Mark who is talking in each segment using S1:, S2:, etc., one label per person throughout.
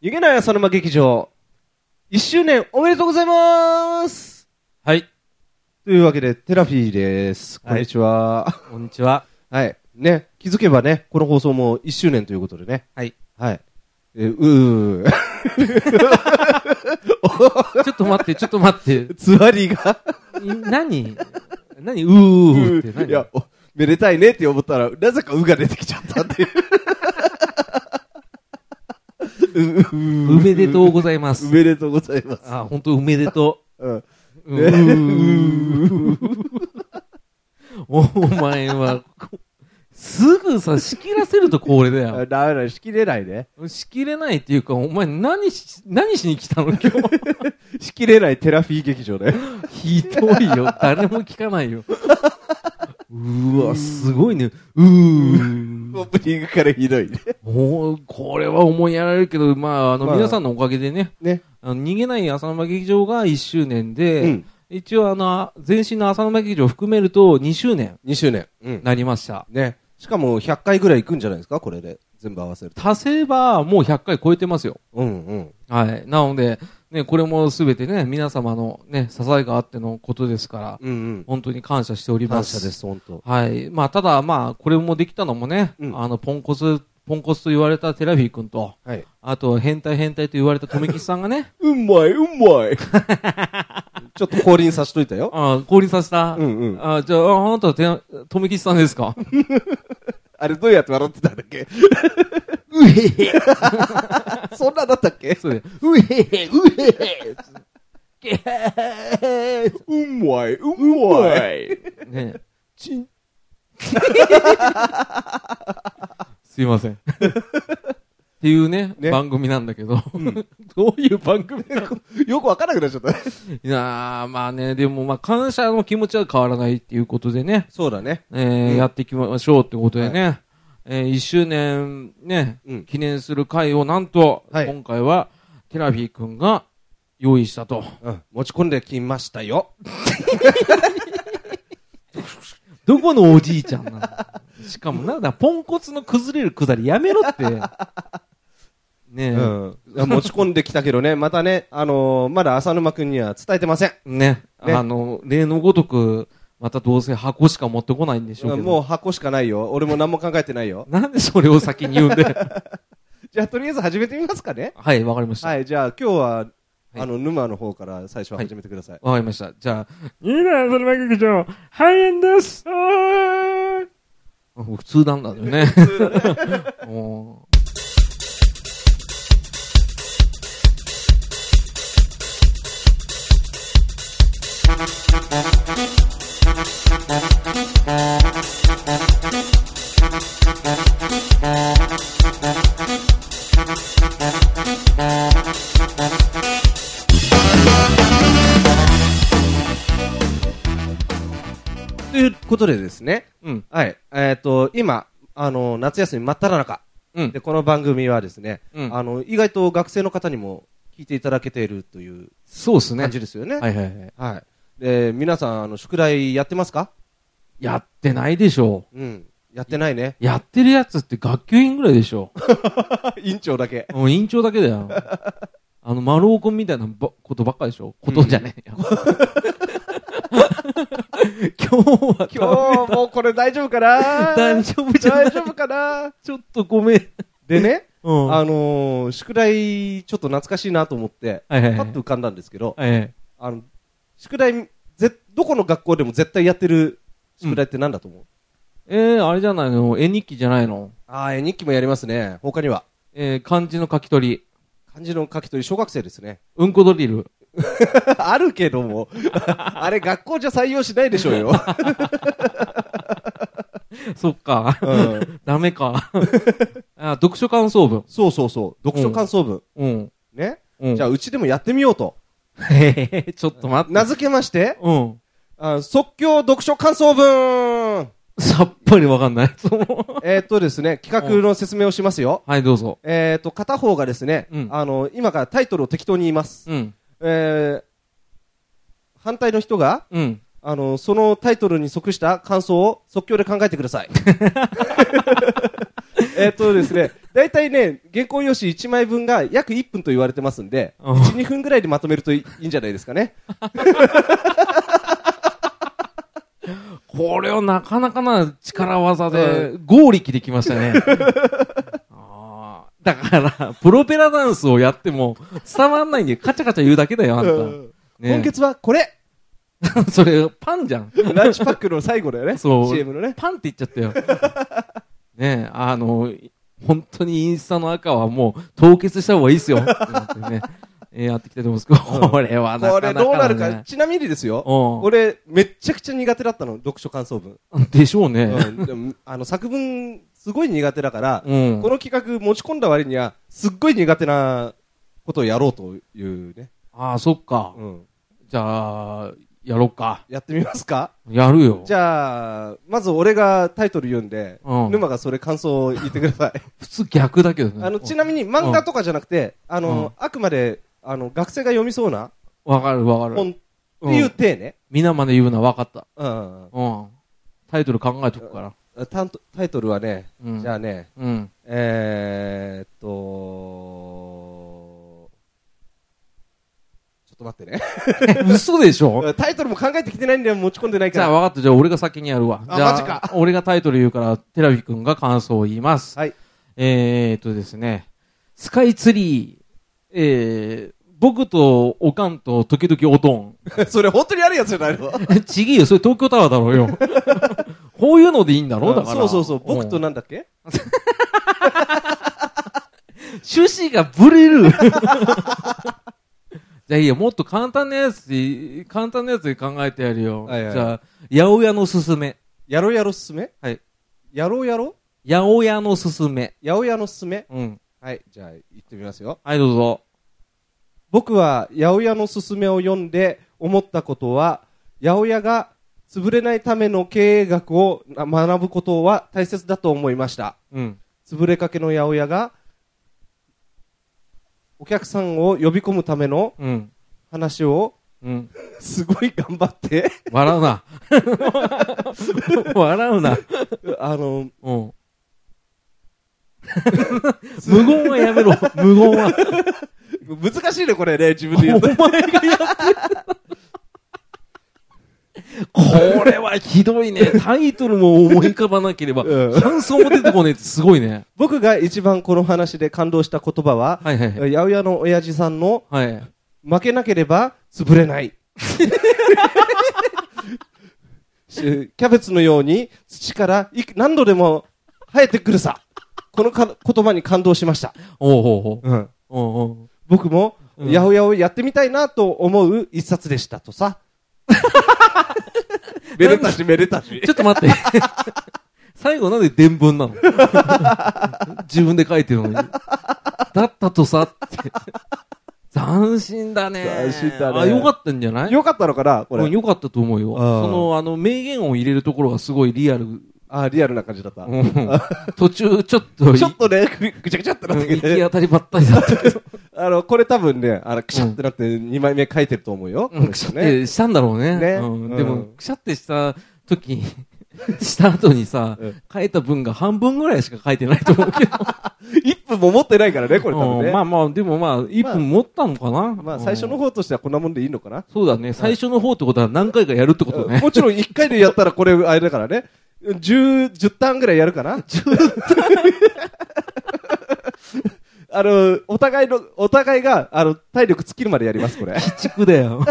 S1: 湯気ない朝沼劇場、1周年おめでとうございます
S2: はい。
S1: というわけで、テラフィーです。
S2: はい
S1: こんにちは。
S2: こんにちは。
S1: はい。ね、気づけばね、この放送も1周年ということでね。
S2: はい。
S1: はい。えーうー、
S2: ちょっと待って、ちょっと待って。
S1: つわりが、
S2: い何何うーうーって何
S1: いや、おめでたいねって思ったら、なぜかうが出てきちゃったっていう。
S2: おめでとうございます
S1: お。めでとうございます。
S2: あ、本当おめでと
S1: うん。
S2: う。うーお前は、こすぐさ、仕切らせるとこれだ
S1: あ
S2: よ。
S1: ダメだ、仕切れないね。
S2: 仕切れないっていうか、お前何し、何しに来たの今日。
S1: 仕切れないテラフィー劇場ね。
S2: ひどいよ。誰も聞かないよ。うわ、すごいね。う
S1: オ
S2: ー。
S1: ープニングからひどいね。
S2: おーこれは思いやられるけど、まあ、あの、
S1: まあ
S2: 皆さんのおかげでね、
S1: ね。
S2: あの逃げない浅沼劇場が1周年で、
S1: うん
S2: 一応あの、前身の浅沼劇場を含めると2周年
S1: 2周年。うん。
S2: なりました。
S1: ね。しかも100回ぐらい行くんじゃないですかこれで。全部合わせると。
S2: 足せばもう100回超えてますよ。
S1: うんうん。
S2: はい。なので、ね、これもすべてね、皆様のね、支えがあってのことですから、
S1: うん
S2: 本当に感謝してお
S1: う
S2: り
S1: ん。
S2: ま
S1: 感
S2: す。
S1: 謝です、本当。
S2: はい。まあ、ただ、まあ、これもできたのもね、
S1: うん
S2: あの、ポンコツ、ポンコツと言われたテラフィー君と、
S1: はい。、
S2: あと、変態変態と言われた富吉さんがね
S1: うまい、うま い。ちょっと降臨さしといたよ。
S2: あー降臨させた。
S1: うんうん
S2: あーじゃあ、ああなたはて、富吉さんですか
S1: あれどうやって笑ってたんだっけ
S2: うへへ。
S1: そんなだったっけ
S2: そうで、
S1: うへへ、うへへ。うまい、うまい。
S2: ね、
S1: ちん。
S2: すいません。っていうね、
S1: ね
S2: 番組なんだけど、ど ういう番組なの
S1: よくわからなくなっちゃったね。
S2: いやーまあね、でも、まあ、感謝の気持ちは変わらないっていうことでね、
S1: そうだね。
S2: えー
S1: うん
S2: やっていきましょうってことでね、えー、1周年ね、
S1: うん
S2: 記念する会をなんと、
S1: はい
S2: 今回はテラフィー君が用意したと。
S1: うん。持ち込んできましたよ。
S2: どこのおじいちゃんなのしかもなんだ、ポンコツの崩れるくだりやめろ って。ねえ、
S1: うん。持ち込んできたけどね、またね、あのー、まだ浅沼くんには伝えてません。
S2: ね、
S1: ね
S2: あの、例のごとく、またどうせ箱しか持ってこないんでしょうけど。
S1: もう箱しかないよ。俺も何も考えてないよ。
S2: なんでそれを先に言うんで。
S1: じゃあ、とりあえず始めてみますかね。
S2: はい、わかりました。わ、
S1: はい、じゃあ今日は、
S2: い
S1: あの、沼の方から最初は始めてください。
S2: かりました。じゃあ、いいね、その劇場、肺炎ですあー普通なんだよね。 もう
S1: ということでですね、
S2: うん、
S1: はい、えっ、と、今、あの、夏休み真っ只中。
S2: うん
S1: で、この番組はですね、
S2: うん
S1: あの、意外と学生の方にも聞いていただけているという
S2: そうですね。
S1: 感じですよね。
S2: はいはいはい。
S1: はい。で、皆さん、あの、宿題やってますか
S2: やってないでしょ
S1: うん。やってない ね。
S2: う。やってるやつって学級委員ぐらいでしょ
S1: 委員長だけ。
S2: う。もう委員長だけだ よ。あの、丸尾君みたいなばことばっかりでしょことじゃねえよ。今日は
S1: 今日もうこれ大丈夫かな
S2: 大丈夫じゃない
S1: 大丈夫かな
S2: ちょっとごめん。
S1: でね、
S2: うん
S1: あのー宿題、ちょっと懐かしいなと思って、
S2: はいはいはい
S1: パッと浮かんだんですけど、
S2: え
S1: あの、宿題、ぜ、どこの学校でも絶対やってる宿題って何だと思う、
S2: ええー、あれじゃないの絵日記じゃないの
S1: ああ、絵日記もやりますね。他には。
S2: えー、漢字の書き取り。
S1: 漢字の書き取り、小学生ですね。
S2: うんこドリル。
S1: あるけども。 あれ、学校じゃ採用しないでしょうよ。
S2: そっ か。
S1: うん、
S2: ダメか。あ読書感想文。
S1: そうそうそう。読書感想文。
S2: うん。
S1: ね。
S2: うん、
S1: じゃあ、うちでもやってみようと。
S2: へ へちょっと待って。
S1: 名付けまして、
S2: うん。
S1: あ即興読書感想 文
S2: さっぱりわかんない。そう
S1: えーっとですね、企画の説明をしますよ。
S2: はい、どうぞ。
S1: えーっと、片方がですね、
S2: うん
S1: あの、今からタイトルを適当に言います。
S2: うん。
S1: えー、反対の人が、
S2: うん。
S1: あの、そ のタイトルに即した感想を即興で考えてください。えっとですね、大体ね、原稿用紙1枚分が約1分と言われてますんで、
S2: うん
S1: 1、2分ぐらいでまとめるといいいいんじゃないですかね。
S2: これをなかなかな力技で、合力できました ね。あーだから、プロペラダンスをやっても伝わらないんで、カチャカチャ言うだけだよ、あんた。ね
S1: 今月はこれ
S2: それ、パンじゃん。
S1: ランチパックの最後だよね。
S2: そう
S1: CM のね。
S2: パンって言っちゃったよ。 ねえ、あの、本当にインスタの赤はもう凍結した方がいいですよ。ってなってね、えーやってきたいと思うんですけど、これはな
S1: こ
S2: か
S1: れ
S2: なか、ね。
S1: どうなるか、ちなみにですよ。
S2: う
S1: 俺、めっちゃくちゃ苦手だったの、読書感想文。
S2: ん。でしょうね。
S1: うんでもあの、作文、すごい苦手だから、
S2: うん。
S1: この企画持ち込んだ割には、すっごい苦手なことをやろうというね。
S2: ああ、そっか。
S1: うん
S2: じゃあ、やろうか。
S1: やってみますか
S2: やるよ。
S1: じゃあ、まず俺がタイトル言うんで、
S2: うん
S1: 沼がそれ感想を言ってください。
S2: 普通逆だけどね。
S1: あの、ちなみに漫画とかじゃなくて、あの、あくまで、あの、学生が読みそうな
S2: わかるわかる。
S1: 本っていう体ね。
S2: 皆まで言うな、わかった。
S1: うん。
S2: うん。タイトル考えとくから。
S1: タントタイトルはね、
S2: うん
S1: じゃあね、
S2: うん。
S1: えー、っと、ちょっと待ってね。
S2: 嘘でしょ
S1: タイトルも考えてきてないんだよ、持ち込んでないか
S2: じゃあ
S1: ら。
S2: 分かった。じゃあ俺が先にやるわ。
S1: あ
S2: じゃ
S1: マジか
S2: 俺がタイトル言うから、テラビ君が感想を言います。
S1: はい。
S2: えー、っとですね。スカイツリー、えー、僕とおかんと時々おと ん。
S1: それ本当にあるやつじゃないの
S2: ちぎよ、それ東京タワーだろうよ。 こういうのでいいんだろうだから。
S1: そうそうそう、僕と
S2: ん
S1: なんだっけ
S2: 趣旨がブレる。 じゃあいいよ、もっと簡単なやつで、簡単なやつで考えてやるよ。
S1: はいはい
S2: じゃあ、八百屋のすすめ。
S1: やろうやろすすめ
S2: はい。
S1: やろうやろ
S2: 八百屋のすすめ。
S1: やおやのすすめ
S2: うん。
S1: はい、じゃあ、行ってみますよ。
S2: はい、どうぞ。
S1: 僕は八百屋のすすめを読んで思ったことは八百屋が潰れないための経営学をな学ぶことは大切だと思いました
S2: うん。
S1: 潰れかけの八百屋がお客さんを呼び込むための
S2: うん。
S1: 話を
S2: うん。
S1: すごい頑張って
S2: 笑うな。 笑うな。
S1: あの
S2: うん。無言はやめろ。無言は。
S1: 難しいねこれね自分で言 うと
S2: これはひどい ね。タイトルも思い浮かばなければ、
S1: うん
S2: 感想も出てこねえってすごいね。
S1: 僕が一番この話で感動した言葉は
S2: はいはい
S1: 八
S2: はい。
S1: 百屋の親父さんの
S2: はい。
S1: 負けなければ潰れ ない。しキャベツのように土からいく何度でも生えてくるさ。このか言葉に感動しました。
S2: おうほうほう。
S1: うん、
S2: おうおう
S1: 僕も、
S2: うん
S1: ヤホヤをやってみたいなと思う一冊でしたとさ。 めでたしめでたし。
S2: ちょっと待 って。最後なんで伝文なの 自分で書いてるのに。だったとさって。斬新だね。
S1: 斬新だね
S2: あ、よかったんじゃな い
S1: よかったのかなこ
S2: うん
S1: れ。
S2: よかったと思うよ。
S1: あー
S2: その、あの、名言を入れるところがすごいリアル。
S1: あリアルな感じだった。
S2: うん途中、ちょっとい、
S1: ちょっとね、ぐぐちゃぐちゃってなっ
S2: うん
S1: てき
S2: 行き
S1: て。
S2: 当たりばったりだったけど。
S1: あの、これ多分ね、あの、くしゃってなって2枚目書いてると思うよ。
S2: うん
S1: こ
S2: く
S1: れ
S2: しゃっ
S1: ね。
S2: てしたんだろうね。
S1: ね
S2: うん
S1: うん
S2: でも、くしゃってした時 に、した後にさ
S1: うん、
S2: 書いた分が半分ぐらいしか書いてないと思うけど。
S1: 1分も持ってないからね、 これ多分
S2: う
S1: ね
S2: ん。まあまあ、でもまあ、一分持ったのかな。
S1: まあ、
S2: うん
S1: 最初の。方としてはこんなもんでいいのかな。
S2: そうだね。最初の方ってことは何回かやるってことね。
S1: もちろん1回でやったらこれ、あれだからね。10、10ターンぐらいやるかな ?10 ターン あの、お互いの、お互いが、あの、体力尽きるまでやります、これ。
S2: 鬼畜だ よ。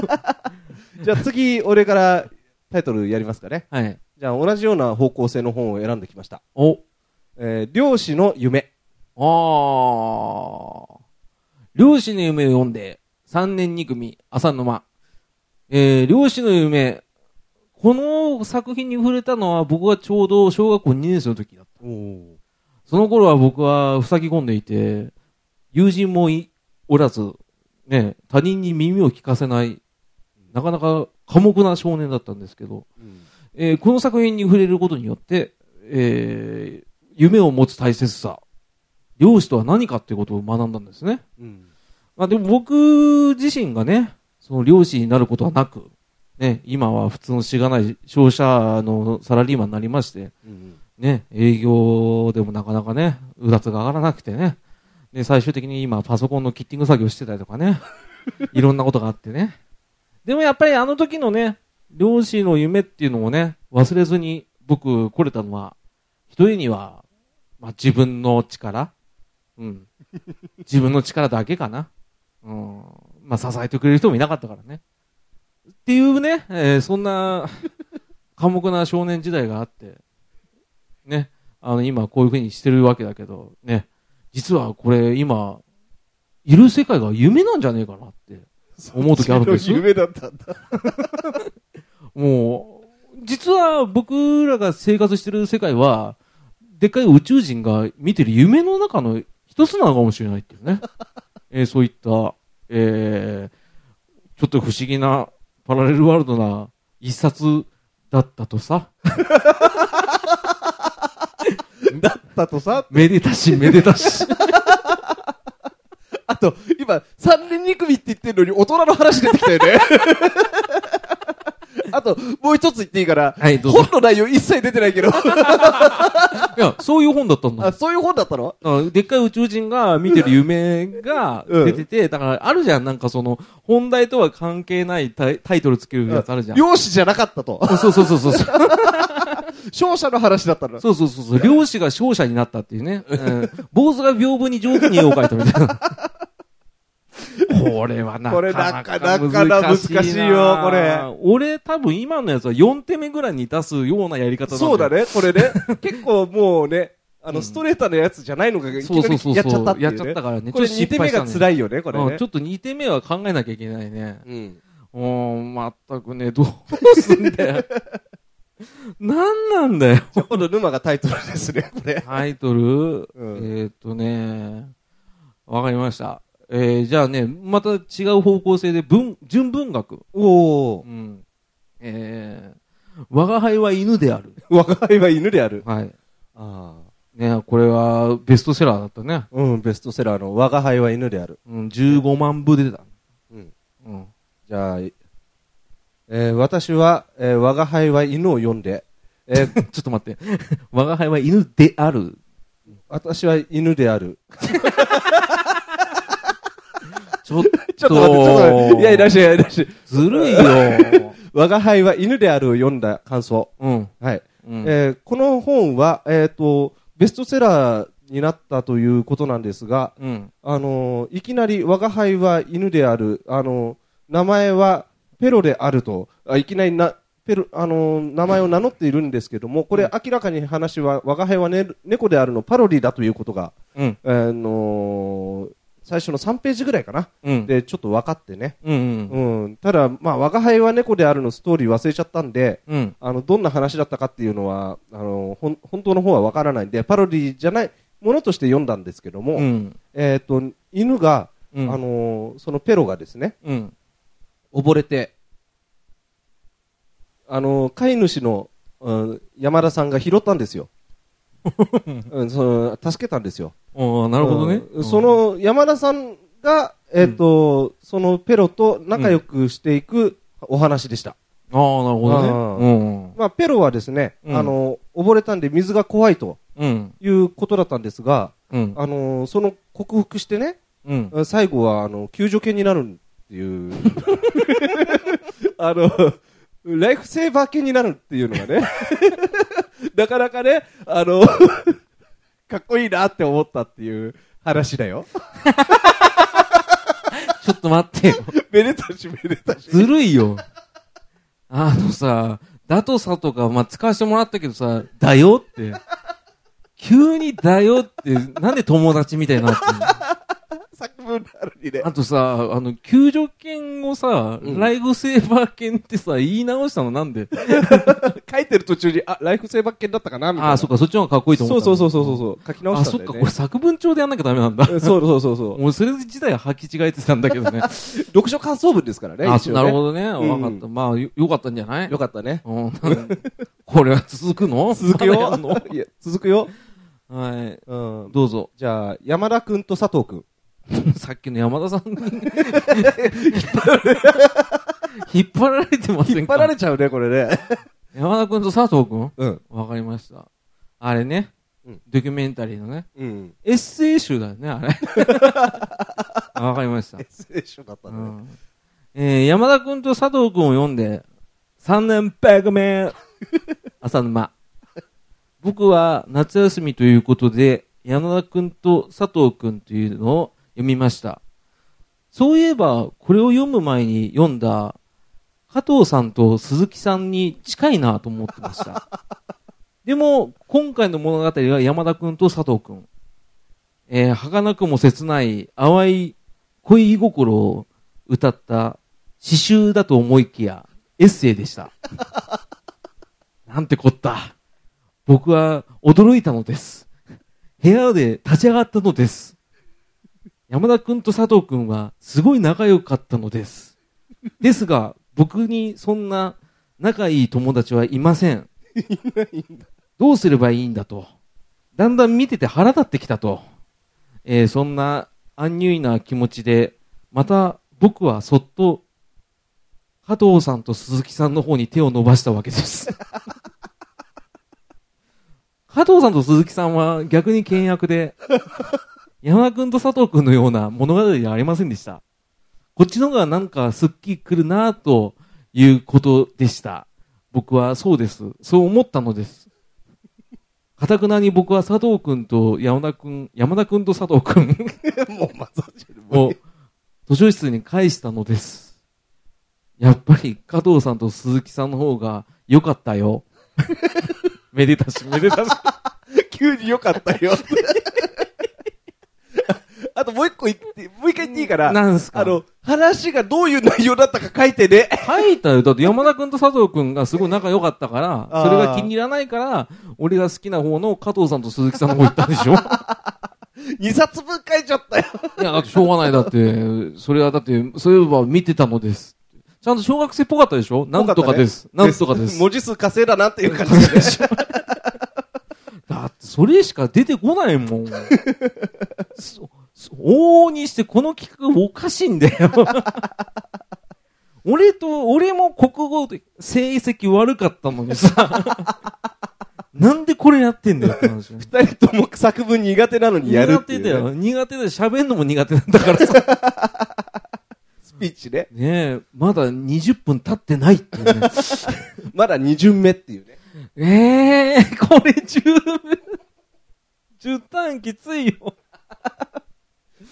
S1: じゃあ次、俺からタイトルやりますかね。
S2: はい。
S1: じゃあ同じような方向性の本を選んできました。
S2: お。
S1: えー漁師の夢。
S2: ああ。漁師の夢を読んで、3年2組、浅沼。えー、漁師の夢。この作品に触れたのは僕がちょうど小学校2年生の時だった。その頃は僕は塞ぎ込んでいて、友人もいおらず、ね、他人に耳を聞かせない、なかなか寡黙な少年だったんですけど、
S1: うん
S2: えーこの作品に触れることによって、えー夢を持つ大切さ、漁師とは何かっていうことを学んだんですね。
S1: うん
S2: まあでも僕自身がね、その漁師になることはなく、ね、今は普通のしがない商社のサラリーマンになりまして、
S1: うん
S2: ね、営業でもなかなかね、うだつが上がらなくてね。で、最終的に今、パソコンのキッティング作業してたりとかね。いろんなことがあってね。でもやっぱりあの時のね、漁師の夢っていうのをね、忘れずに僕来れたのは、一人には、まあ自分の力。うん。自分の力だけかな。うん。まあ支えてくれる人もいなかったからね。っていうね、えーそんな、 寡黙な少年時代があって、ね、あの、今こういうふうにしてるわけだけど、ね、実はこれ今、いる世界が夢なんじゃねえかなって思う時あるん ですよ
S1: 夢だったんだ。
S2: もう、実は僕らが生活してる世界は、でっかい宇宙人が見てる夢の中の一つなのかもしれないっていう ね。えーそういった、えーちょっと不思議なパラレルワールドな一冊だったとさ、
S1: だったとさ、
S2: めでたしめでたし。
S1: あと、今、三連二組って言ってるのに大人の話出てきたよ ね。あと、もう一つ言っていいから、
S2: はい、どうぞ
S1: 本。の内容一切出てないけ ど、
S2: いや、そういう本だったんだ
S1: あ。そういう本だったの
S2: だからでっかい宇宙人が見てる夢が出てて、だからあるじゃん、なんかその、本題とは関係ないタイタイトルつけるやつあるじゃん。
S1: 漁師じゃなかったと。
S2: そうそうそうそうそう。
S1: 勝者の話だったの。
S2: そうそうそうそう。漁師が勝者になったっていうね。うん坊主が屏風に上手に絵を描いたみたいな。これはなかなか
S1: これなかなかな難しいなこれ。
S2: 俺多分今のやつは4手目ぐらいに出すようなやり方なん
S1: そうだ
S2: ね。
S1: ね、これね。 結構もうね、あ
S2: う
S1: の、
S2: ん
S1: ストレートなやつじゃないのかが、いき
S2: そう
S1: な
S2: そう
S1: り
S2: そうそう。
S1: やっちゃったっていう、ね。
S2: やっちゃったからね。
S1: これ2手目が
S2: い。
S1: 辛いよね、これ
S2: う
S1: ね
S2: ん。ちょっと2手目は考えなきゃいけないね。
S1: うん。
S2: うーん、全くね、ど うすんだよ。なんなんだよ。
S1: じゃあ今度、沼がタイトルですね、これ。
S2: タイトル、
S1: うん
S2: えーっ、とね、わかりました。えー、じゃあね、また違う方向性で、文、純文学。
S1: おお
S2: う。ん。えー、我が輩は犬である。
S1: 若輩は犬である。
S2: はい。
S1: ああ。
S2: ね、これはベストセラーだったね。
S1: うん、ベストセラーの、我が輩は犬である。
S2: うん、15万部出た。
S1: うん。
S2: うん。
S1: じゃあ、えー私は、えー我が輩は犬を読んで、え ー
S2: ちょっと待って。 我が輩は犬である。
S1: 私は犬である。、
S2: ちょっと
S1: ちょっと待って、ちょっと待って。いや、いらっしゃい、いらっしゃい。
S2: ずるいよ。
S1: 我が輩は犬であるを読んだ感想。
S2: うん。
S1: はい。
S2: うん。
S1: えーこの本は、えっ、と、ベストセラーになったということなんですが、
S2: うん。
S1: あのーいきなり我が輩は犬である、あのー名前はペロであると、あいきなりな、ペロ、あのー名前を名乗っているんですけども、これ明らかに話は、我が輩は、ね、猫であるのパロディだということが、
S2: うん。
S1: あのー最初の3ページぐらいかな。
S2: うん。
S1: で、ちょっと分かってね。
S2: うん。うん。
S1: うん。ただ、まあ、我が輩は猫であるのストーリー忘れちゃったんで、
S2: うん。
S1: あの、どんな話だったかっていうのは、あの、ほん、本当の方はわからないんで、パロディじゃないものとして読んだんですけども、
S2: うん。
S1: えっ、と、犬が、
S2: うん
S1: あのーそのペロがですね、
S2: うん。
S1: 溺れて、あのー飼い主の、うん、山田さんが拾ったんです よ。うん、その、助けたんですよ。
S2: おーなるほどね。
S1: うんその、山田さんが、えっ、と、そのペロと仲良くしていくお話でした。
S2: ああ、なるほ
S1: あ
S2: どね。
S1: まあ、ペロはですね、
S2: うん
S1: あのー溺れたんで水が怖いと。
S2: うん。うん。
S1: いうことだったんですが、
S2: うん。
S1: あのーその克服してね、
S2: うん。
S1: 最後は、あの、救助犬になるっていう、 あの、ライフセーバー犬になるっていうのがね、 なかなかね、あの、かっこいいなって思ったっていう話だよ。
S2: ちょっと 待ってよ。
S1: めでたしめでたし。
S2: ずるいよ。あのさ、だとさとか、まあ、使わせてもらったけどさ、だよって。急にだよって、なんで友達みたいになってんの
S1: 作文なのにね。
S2: あとさ、あの、救助犬をさ、
S1: うん
S2: ライフセーバー犬ってさ、言い直したのなんで
S1: 書いてる途中に、あ、ライフセーバー犬だったかなみたいな。
S2: ああ、そっか、そっちの方がかっこいいと
S1: そう
S2: 思った
S1: そうそううそうそう。書き直
S2: あ、
S1: した
S2: そ
S1: ん
S2: っ
S1: だ
S2: か、
S1: よ
S2: これ
S1: ね。
S2: 作文帳でやんなきゃダメなんだ。
S1: うんそうそうそうそう。
S2: もうそれ自体は履き違えてたんだ けどね。
S1: 読書感想文ですからね。
S2: あ、
S1: 一応ね
S2: なるほどね。わ
S1: ん
S2: かった。まあ、よよかったんじゃない
S1: よかったね。
S2: うんこれは続くの
S1: 続く
S2: まだや
S1: よ
S2: んの。
S1: いや、続くよ。
S2: はい。
S1: うん。
S2: どうぞ。
S1: じゃあ、山田くんと佐藤くん。
S2: さっきの山田さんに 引っ張られてませんか
S1: 引っ張られちゃうね、これね。
S2: 山田君と佐藤君
S1: うん。
S2: わかりました。あれね、
S1: うん
S2: ドキュメンタリーのね、
S1: うん。
S2: エッセイ集だよね、 あれ。あわかりました。
S1: 青春だった
S2: う
S1: ね。
S2: んえー山田君と佐藤君を読んで、3年ペ グメ浅沼。僕は夏休みということで、山田君と佐藤君というのを読みました。そういえば、これを読む前に読んだ、加藤さんと鈴木さんに近いなと思ってました。 でも、今回の物語は山田君と佐藤君。えー、儚くも切ない淡い恋心を歌った詩集だと思いきや、エッセイでした。 なんてこった。僕は驚いたのです。部屋で立ち上がったのです。山田くんと佐藤くんはすごい仲良かったのです。ですが、僕にそんな仲いい友達はいません。どうすればいいんだと。だんだん見てて腹立ってきたと。えーそんな安入意な気持ちで、また僕はそっと、加藤さんと鈴木さんの方に手を伸ばしたわけです。 加藤さんと鈴木さんは逆に倹約で、山田くんと佐藤くんのような物語ではありませんでした。こっちの方がなんかすっきりくるなぁということでした。僕はそうです。そう思ったのです。かたくなに僕は佐藤くんと山田くん、山田くんと佐藤くん
S1: もう、まさしく。
S2: を図書室に返したのです。やっぱり加藤さんと鈴木さんの方が良かったよ。めでたし、めでたし。
S1: 急に良かったよ。あともう一個言って、もう一回言っていいから。
S2: なんすか
S1: あの、話がどういう内容だったか書いてね。
S2: 書いたよ。だって山田くんと佐藤くんがすごい仲良かったから、
S1: あー
S2: それが気に入らないから、俺が好きな方の加藤さんと鈴木さんの方行った でしょ
S1: 二冊分書いちゃったよ。
S2: いや、だってしょうがない。だって、それはだって、そういえば見てたのです。ちゃんと小学生っぽかったでしょなんとかです。なんとかです。
S1: 文字数稼いだなって いう感じで。
S2: だってそれしか出てこないもん。そそ往々にしてこの企画おかしいんだよ。 俺と、俺も国語で成績悪かったのにさ、なんでこれやってんだよって話。
S1: 二人とも作文苦手なのにやる
S2: 苦
S1: っていう、
S2: 手だよ。苦手だよ。喋んのも苦手なんだから さ。
S1: スピーチね。
S2: ねえ、まだ20分経ってないっていうね。
S1: まだ二巡目っていうね。
S2: ええー、これ10分、10ターンきついよ。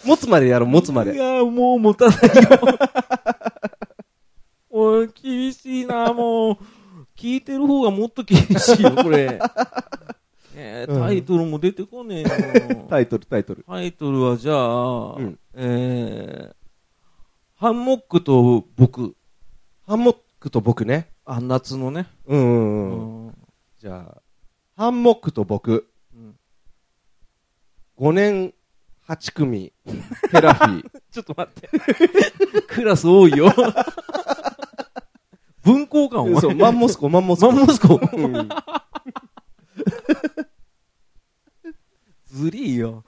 S1: 持つまでやろう、持つま
S2: い
S1: で。
S2: や、もう持たないよ。おい、厳しいな、もう。聞いてる方がもっと厳し いよ、これ。えー
S1: うん
S2: タイトルも出てこねえよ。
S1: タイトル、タイトル。
S2: タイトルはじゃあ、
S1: うん
S2: えー、ハンモックと僕。
S1: ハンモックと僕ね。
S2: あ、夏のね。
S1: うん
S2: う
S1: うんうん。
S2: ん。
S1: じゃあ、ハンモックと僕、5年8組、テラフィ ー。
S2: ちょっと待って。クラス多い よ。文校か、お前。
S1: そう、マンモスコ、マンモス
S2: マ
S1: コ。
S2: ンモスコ。
S1: うん
S2: ずりーよ。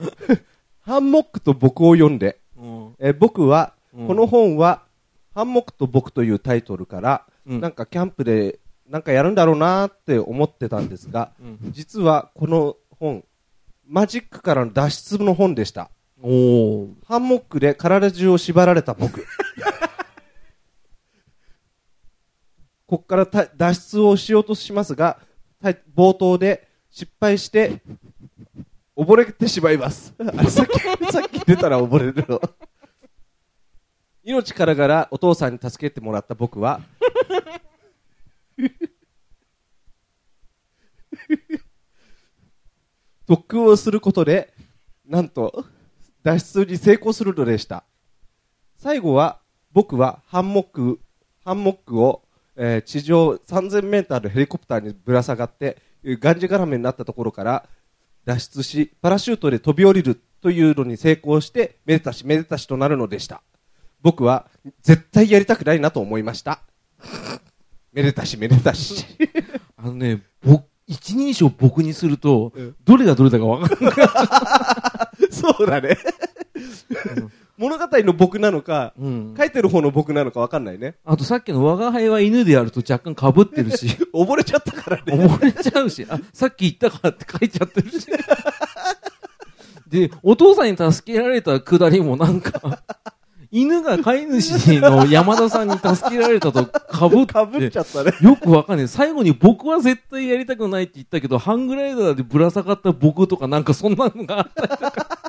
S1: ハンモックと僕を読んで、
S2: うん。
S1: えー僕は、
S2: うん
S1: この本は、ハンモックと僕というタイトルから、
S2: うん
S1: なんかキャンプで、なんかやるんだろうなーって思ってたんですが、
S2: うん
S1: 実はこの本、マジックからの脱出の本でした。
S2: おー。
S1: ハンモックで体中を縛られた僕。こっからた脱出をしようとしますが、た冒頭で失敗して、溺れてしまいます。あれさっき、さっき出たら溺れるの。命からがらお父さんに助けてもらった僕は、特訓をすることで、なんと、脱出に成功するのでした。最後は、僕はハンモック、ハンモックを、えー地上3000メーターのヘリコプターにぶら下がって、えーがんじがらめになったところから脱出し、パラシュートで飛び降りるというのに成功して、めでたしめでたしとなるのでした。僕は絶対やりたくないなと思いました。めでたしめでたし。
S2: あのね、僕、一人称僕にすると
S1: うん、
S2: どれがどれだかわかんない。
S1: そうだね。物語の僕なのか、
S2: うん。
S1: 書いてる方の僕なのかわかんないね。
S2: あとさっきの我が輩は犬でやると若干被ってる し、
S1: 溺れちゃったから ね。
S2: 溺れちゃうし、あ、さっき言ったからって書いちゃってるし。で、お父さんに助けられたくだりもなんか、犬が飼い主の山田さんに助けられたと被
S1: かぶ
S2: っ
S1: っち
S2: て、
S1: ゃったね。
S2: よくわかんない。最後に僕は絶対やりたくないって言ったけど、ハングライダーでぶら下がった僕とかなんかそんなのがあったりとか。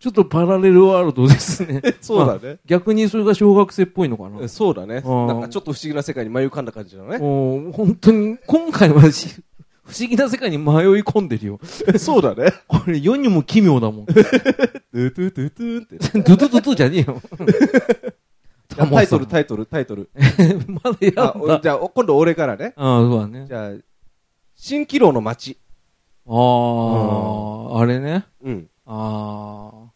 S2: ちょっとパラレルワールドですね。
S1: そうだね。
S2: 逆にそれが小学生っぽいのかな。
S1: そうだね。
S2: うん
S1: なんかちょっと不思議な世界に迷い込んだ感じだ ね。
S2: もう本当に、今回はし不思議な世界に迷い込んでるよ。
S1: そうだ ね。
S2: これ世にも奇妙だもん。ド
S1: トゥトゥトゥトゥンって。
S2: ゥドゥドゥドゥじゃねえ よ。
S1: じゃあタイトル、
S2: イ
S1: タイトル、タイトル。
S2: トル。 まだやん
S1: あお
S2: だ。
S1: じゃあ、お今度俺からね。
S2: ああ、そうだね。
S1: じゃあ、蜃気楼の街。
S2: ああ、あれね。
S1: うん。
S2: ああ。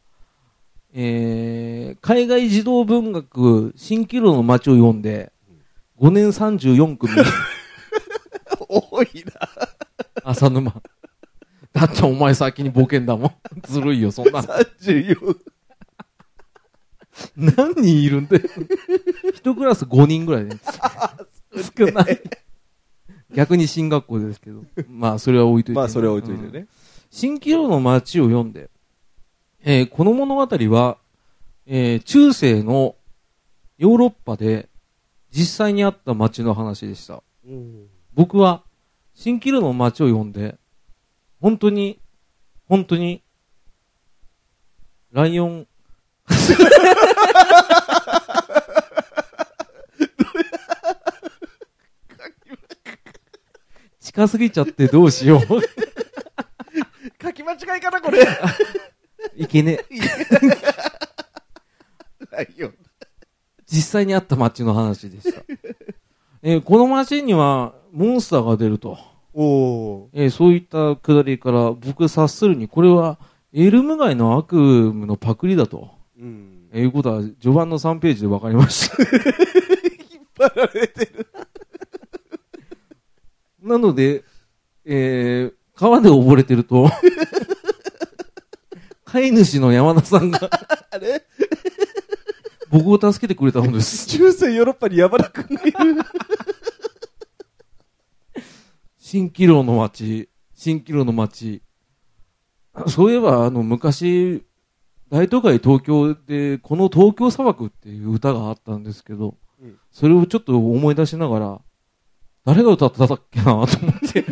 S2: えー、海外児童文学、蜃気楼の街を読んで、5年34組、
S1: 多いな。
S2: 浅沼。だってお前先にボケんだもん。 ずるいよ、そんなの。
S1: 34。
S2: 何人いるんだよ。一クラス5人ぐらいで。 少ない。逆に進学校ですけど。まあ、それは置いといて、
S1: まあ、それは置いといて
S2: うん
S1: ね。
S2: 新規楼の街を読んで、えーこの物語は、えー中世のヨーロッパで実際にあった街の話でした。僕は、新規楼の街を読んで、本当に、本当に、ライオン、近すぎちゃってどうしよう。
S1: 書き間違いか な、これ。
S2: いけねえ。
S1: ないよ。
S2: 実際にあった街の話でした。 えーこの街にはモンスターが出ると。
S1: おー。
S2: えーそういったくだりから僕察するにこれはエルム街の悪夢のパクリだと。
S1: うん。
S2: えーいうことは序盤の3ページで分かりました。
S1: 引っ張られてる。
S2: なので、えー川で溺れてると、 飼い主の山田さんが
S1: あれ
S2: 僕を助けてくれたものです。
S1: 中世ヨーロッパに山田くんがいる。
S2: 新気楼の街、新気楼の街。そういえば、あの、昔、大都会東京で、この東京砂漠っていう歌があったんですけど、
S1: うん
S2: それをちょっと思い出しながら、誰が歌ってたっけなと 思って、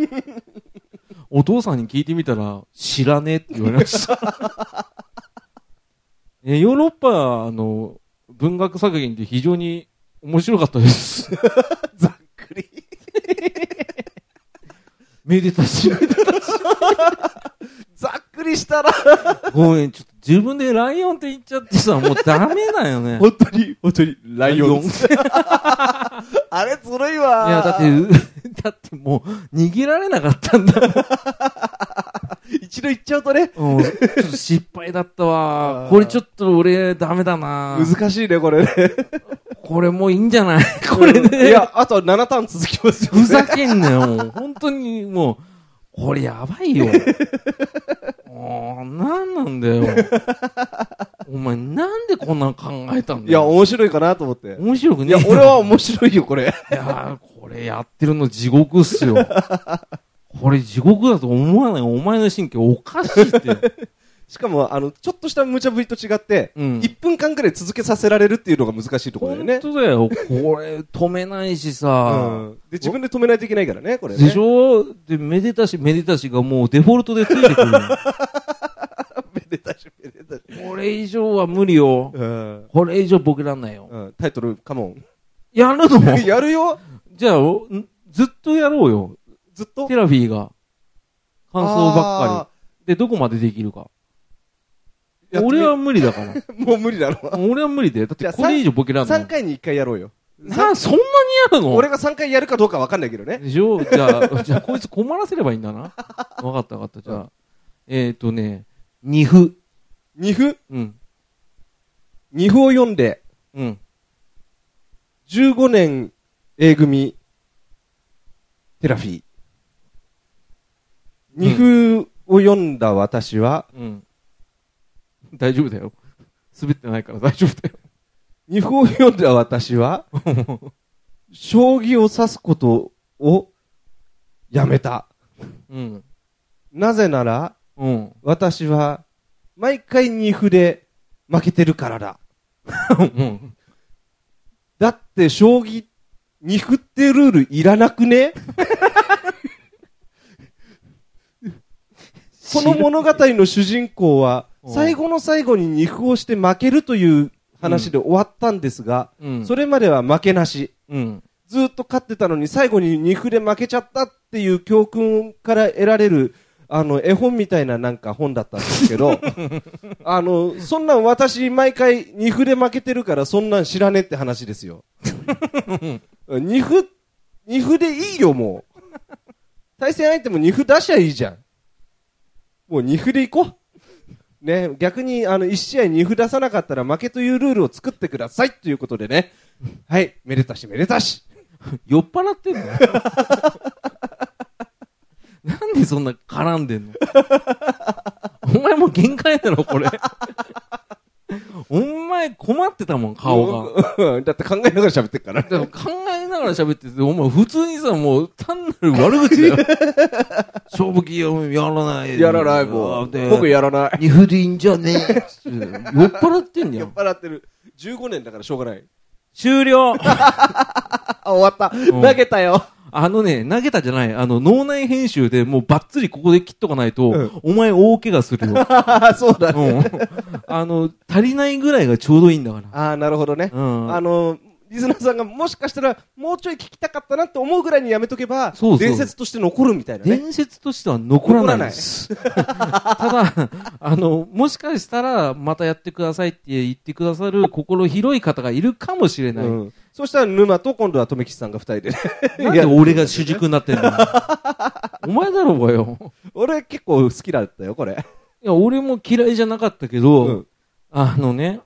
S2: お父さんに聞いてみたら、知らねえって言われました。 えヨーロッパあの文学作品って非常に面白かった です。
S1: ざっくり。
S2: めでたし。
S1: ざっくりしたら、
S2: ごめん、ちょっと自分でライオンって言っちゃってさ、もうダメだよ ね。
S1: 本当に、本当に、ライオン。
S2: い
S1: あれ、ずるいわ
S2: や、だって、 だってもう、逃げられなかったんだ。
S1: て、一度行っちゃうとね、
S2: うん、ちょっと失敗だった
S1: あ
S2: わ。
S1: ー
S2: これちょっと俺、ダメだな。
S1: 難しいね、これね。
S2: これもういいんじゃないこ れ
S1: い
S2: で、
S1: や、あと7ターン続きますよ、ね。
S2: ふざけんなよ。もう本当に、もう、これやばいよ。 もう、なんなんだよ。お前、なんでこんなの考えたんだ
S1: いや、
S2: よ。
S1: 面白いかなと思って。
S2: 面白く
S1: い
S2: ねえ
S1: や
S2: よ。、
S1: 俺は面白いよ、これ。
S2: いやー、これやってるの地獄っすよ。 これ地獄だと思わない。お前の神経おかしいって。
S1: しかも、あの、ちょっとした無茶ぶりと違って、
S2: うん
S1: 1分間くらい続けさせられるっていうのが難しいところだよ
S2: 本
S1: ね。
S2: 当だよ。これ止めないしさ
S1: う。んで、自分で止めないといけないからね、これね。
S2: でしょで、めでたしめでたしがもうデフォルトでついてくる の。
S1: めでたし、めでたし。
S2: これ以上は無理よ。
S1: うん。
S2: これ以上ボケらんないよ。
S1: うんタイトル、カモン。
S2: やるの
S1: やるよ
S2: じゃあ、おんずっとやろうよ。
S1: ずっと。
S2: テラフィーが。感想ばっか
S1: か
S2: り。で、どこまでできるか。
S1: やってみ
S2: 俺は無理だから。
S1: り。もう無理だろ。
S2: 俺は無理だよ。だってこれ以上ボケらんない
S1: 3。回に1回やろうよ。
S2: な、そんなにやるの
S1: 俺が3回やるかどうかわかんないけどね。
S2: でしょじゃあ、じゃあこいつ困らせればいいんだな。わかったわかった。じゃあ、えっ、ー、とね、二歩。
S1: 二歩
S2: うん。
S1: 二歩を読んで、
S2: うん。
S1: 15年 A 組、テラフィー。二歩を読んだ私は、
S2: うん。大丈夫だよ。滑ってないから大丈夫だよ。
S1: 日本を読んだ私は、将棋を指すことをやめた。
S2: うん。
S1: なぜなら、
S2: うん。
S1: 私は、毎回二歩で負けてるからだ。
S2: うん。
S1: だって、将棋、二歩ってルールいらなく ねこの物語の主人公は、
S2: うん
S1: 最後の最後に二歩をして負けるという話で終わったんですが、
S2: うん。
S1: そ
S2: れ、
S1: れまでは負けなし。
S2: うん。
S1: ずっと勝ってたのに最後に二歩で負けちゃったっていう教訓から得られるあの絵本みたいななんか本だったんですけど あのそんなん私毎回二歩で負けてるからそんなん知らねえって話ですよ二歩二歩でいいよもう対戦相手も二歩出しゃいいじゃんもう二歩でいこうね、逆にあの1試合2歩出さなかったら負けというルールを作ってくださいということでね、はい、めでたしめでたし。
S2: 酔っ払ってんの なんでそんな絡んでんのお前もう限界だろ、これ。お前困ってたもん、顔が。
S1: が。だって考えながら喋ってるから
S2: でも考えながら喋ってて、お前普通にさ、もう単なる 悪口だよ。勝負器をやらな い。
S1: やらない、もう。
S2: で、
S1: 僕やらない。
S2: 二振りんじゃねえ。つって酔っ払ってんじゃ
S1: 酔っ
S2: ん。
S1: 払ってる。15年だからしょうがない。
S2: 終了
S1: あ、終わった。
S2: ん
S1: 投げたよ。
S2: あのね、投げたじゃない、あの、脳内編集でもうバッツリここで切っとかないと、
S1: うん
S2: お前大怪我するよ。
S1: そうだね。
S2: うん。あの、足りないぐらいがちょうどいいんだから。
S1: あーなるほどね。
S2: うん
S1: あの、リスナーさんがもしかしたらもうちょい聞きたかったなって思うぐらいにやめとけば
S2: そうそ、う
S1: 伝説として残るみたいなね。
S2: 伝説としては残らないです。ただ、あの、もしかしたら、またやってくださいって言ってくださる心広い方がいるかもしれない。
S1: うんそしたら沼と今度は留吉さんが二人でね。
S2: なんで俺が主軸になってんだお前だろうがよ。
S1: 俺結構好きだったよ、これ。
S2: いや、俺も嫌いじゃなかったけど、あのね、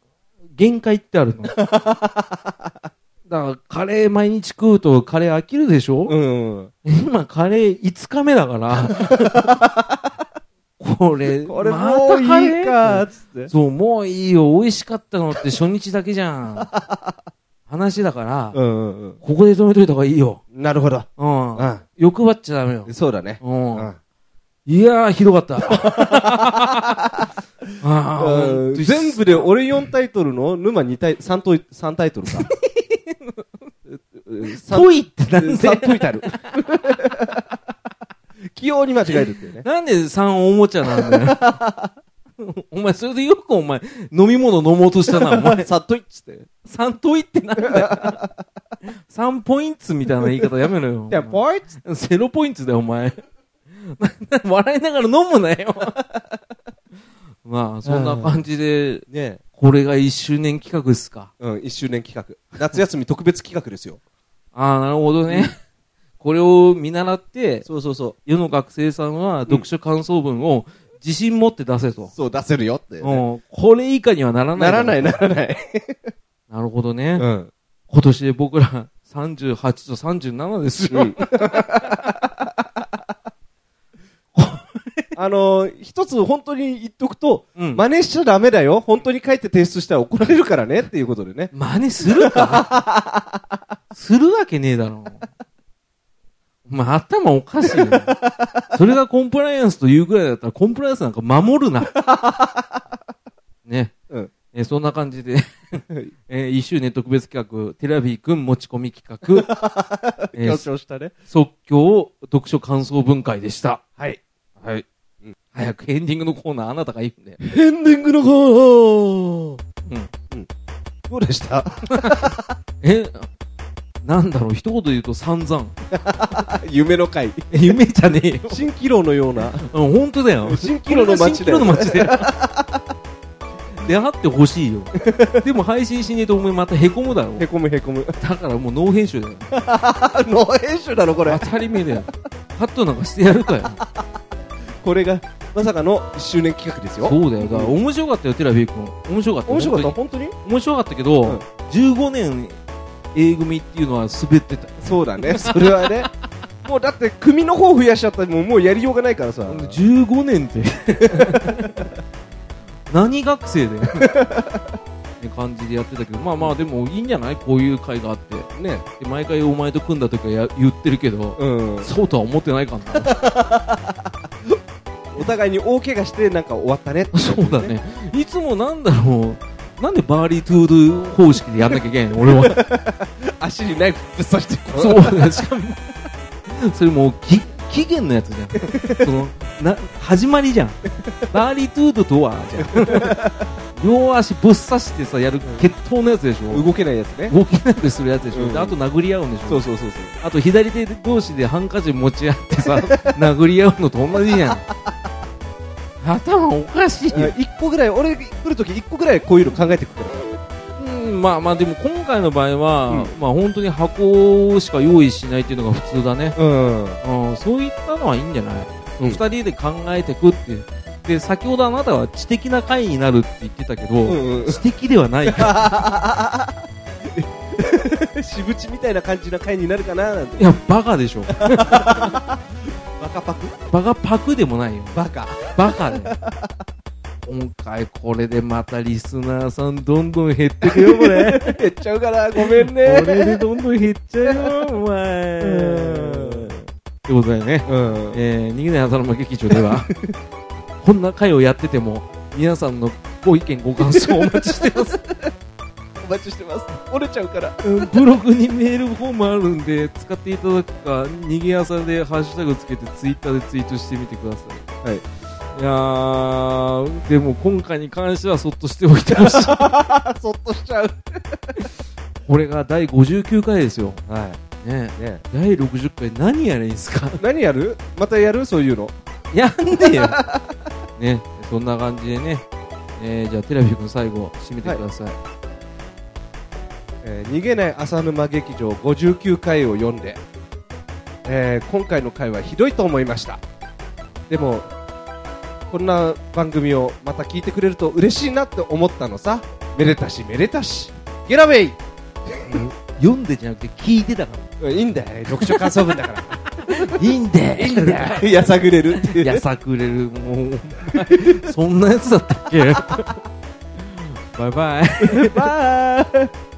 S2: 限界ってあるの。だから、カレー毎日食うとカレー飽きるでしょ、
S1: うん。
S2: 今、カレー5日目だから。 これ、
S1: これ
S2: また
S1: もういい
S2: カレー
S1: か、つって。
S2: そう、もういいよ。美味しかったのって初日だけじゃ ん。話だから、
S1: うんうんうん。
S2: ここで止めといた方がいいよ。
S1: なるほど。
S2: うん。
S1: う
S2: 欲張っちゃダメよ
S1: ん。。そうだね。
S2: うん。
S1: うん
S2: いやー、ひどかった。 あー
S1: あ
S2: ほん
S1: ー
S2: とに
S1: 全部で俺4タイトルの沼2タイ3トイ3タイト ルか。3
S2: ぽいってなんで、
S1: トイタイトル。 器用に間違えるっていうね。
S2: なんで3おもちゃなんだよ。 お前、それでよくお前、飲み物飲もうとしたな、お前。
S1: 3トイっつって。
S2: 3問いってなんだよ。3ポ イントみたいな言い方やめろよ。
S1: で、ポイっつって。
S2: ゼロポイントだよ、お前。 笑いながら飲むなよ。 まあ、そんな感じで、
S1: ね
S2: これが1周年企画っすか。
S1: うん、1周年企画。夏休み特別企画ですよ。
S2: ああ、なるほどね。これを見習って、
S1: そうそうそ
S2: 世の学生さんは読書感想文を自信持って出せと。
S1: そう、出せるよって。
S2: うんこれ以下にはなら
S1: な
S2: な。
S1: いらない、。ならない。
S2: なるほどね。
S1: うん。
S2: 今年で僕ら38と37ですよ。
S1: あのー、一つ本当に言っとくと、
S2: うん
S1: 真似しちゃダメだよ。本当に書いて提出したら怒られるからねっていうことでね。
S2: 真似するか するわけねえだろ。お前頭おかしいよ。それがコンプライアンスというぐらいだったらコンプライアンスなんか守るな。ね。
S1: うん。
S2: えそんな感じで、えー、一周年特別企画、テラビー君持ち込み企 画、え
S1: 強
S2: ー
S1: 調したね。
S2: 即興読書感想文会でした。
S1: はい。
S2: はい。早くエンディングのコーナーあなたがいいんで。
S1: エンディングの方
S2: うん。
S1: どうでした
S2: え、なんだろう、一言で言うと散々。
S1: 夢の会。
S2: え 夢じゃねえよ。
S1: 蜃気楼のような。
S2: うん、本当 だよ。
S1: 蜃気楼の街だよ
S2: こんな蜃気楼の街だよ。 出会ってほしいよ。 でも配信しねえとお前またへこむだろ。
S1: へこむへこむ。
S2: だからもうノー編集だよ。
S1: あ、ノー編集だろ、こ
S2: 当。たり前だよ。カットなんかしてや るかよ。
S1: これが、まさかの1周年企画ですよ。
S2: そうだよ。だから面白かったよ、テラフィー君。面白かったよ。
S1: 面白かった
S2: 本
S1: 本当に
S2: 当に面白かったけど、
S1: うん
S2: 15年 A 組っていうのは滑ってた。
S1: そうだね。それはね。もうだって、組の方増やしちゃったらもうもうやりようがないからさ。
S2: 15年って。 何学 生だよって感じでやってたけどまあまあでもいいんじゃないこういう会があって
S1: ね。
S2: で毎回お前と組んだ時はや言ってるけど、
S1: うん。
S2: そうとは思ってないかな
S1: お互いに大怪我して、なんか終わったねって
S2: そうだ。ねいつもなんだろうなんでバーリートゥードゥ方式でやんなきゃいけないの俺は
S1: 足にナイフぶっ刺してこう
S2: そうだねしかもそれもうき期限のやつじゃんそのな始まりじゃんバーリートゥードとはじゃん両足ぶっ刺してさやる決闘のやつでしょ
S1: 動けないやつね。
S2: 動けなくするやつでしょ、
S1: うん
S2: であと殴り合うんでしょ
S1: そうそうそうそう。
S2: あと左手同士でハンカチ持ち合って さ殴り合うのと同じじゃん頭おかしいよ
S1: 一個ぐらい、俺来るとき一個ぐらいこういうの考えてくから。
S2: うんまあまあでも今回の場合は、
S1: う
S2: まあ本当に箱しか用意しないっていうのが普通だね
S1: うん。
S2: うん、そういったのはいいんじゃない、
S1: うん
S2: 二人で考えてくっていうで先ほどあなたは知的な会になるって言ってたけど、
S1: うん
S2: 知的では ないか
S1: うん。渋地みたいな感じな回になるかななんて。
S2: いやバカでしょ
S1: バカパク
S2: バカパクでもないよ
S1: バカ。
S2: バカ だよ今回これでまたリスナーさんどんどん減ってくよ これこ
S1: 減っちゃうから、ごめん
S2: れ
S1: ね。
S2: でどんどん減っちゃ うよお前
S1: うん
S2: ってことだよね
S1: うん。
S2: えー、逃げない朝の間劇場で はこんな回をやってても皆さんのご意見ご感想をお待ちしてます
S1: お待ちしてます。折れちゃうから。
S2: うんブログにメールフォームあるんで使っていただくか逃げ朝でハッシュタグつけてツイッターでツイートしてみてください
S1: はい
S2: いやーでも今回に関してはそっとしておいてほしい
S1: あ、そっとしちゃう。
S2: これが第59回ですよ
S1: は
S2: ねえ
S1: い。ね
S2: 第60回何やれいいんすか
S1: 何やるまたやるそういうの。
S2: やんでよ ねそんな感じでね、えー、じゃあテラフィ君最後締めてください
S1: えー逃げない浅沼劇場59回を読んで、えー今回の回はひどいと思いましたでもこんな番組をまた聞いてくれると嬉しいなって思ったのさめでたしめでたしゲラウェイ
S2: 読んでじゃなくて聞いてたか
S1: うんいいんだよ読書感想文だから
S2: ら。いいんで。いい んだ。
S1: やさぐれるっていう
S2: やさくれる。も う、お 前そんなやつだったっけバイバイ。
S1: バイ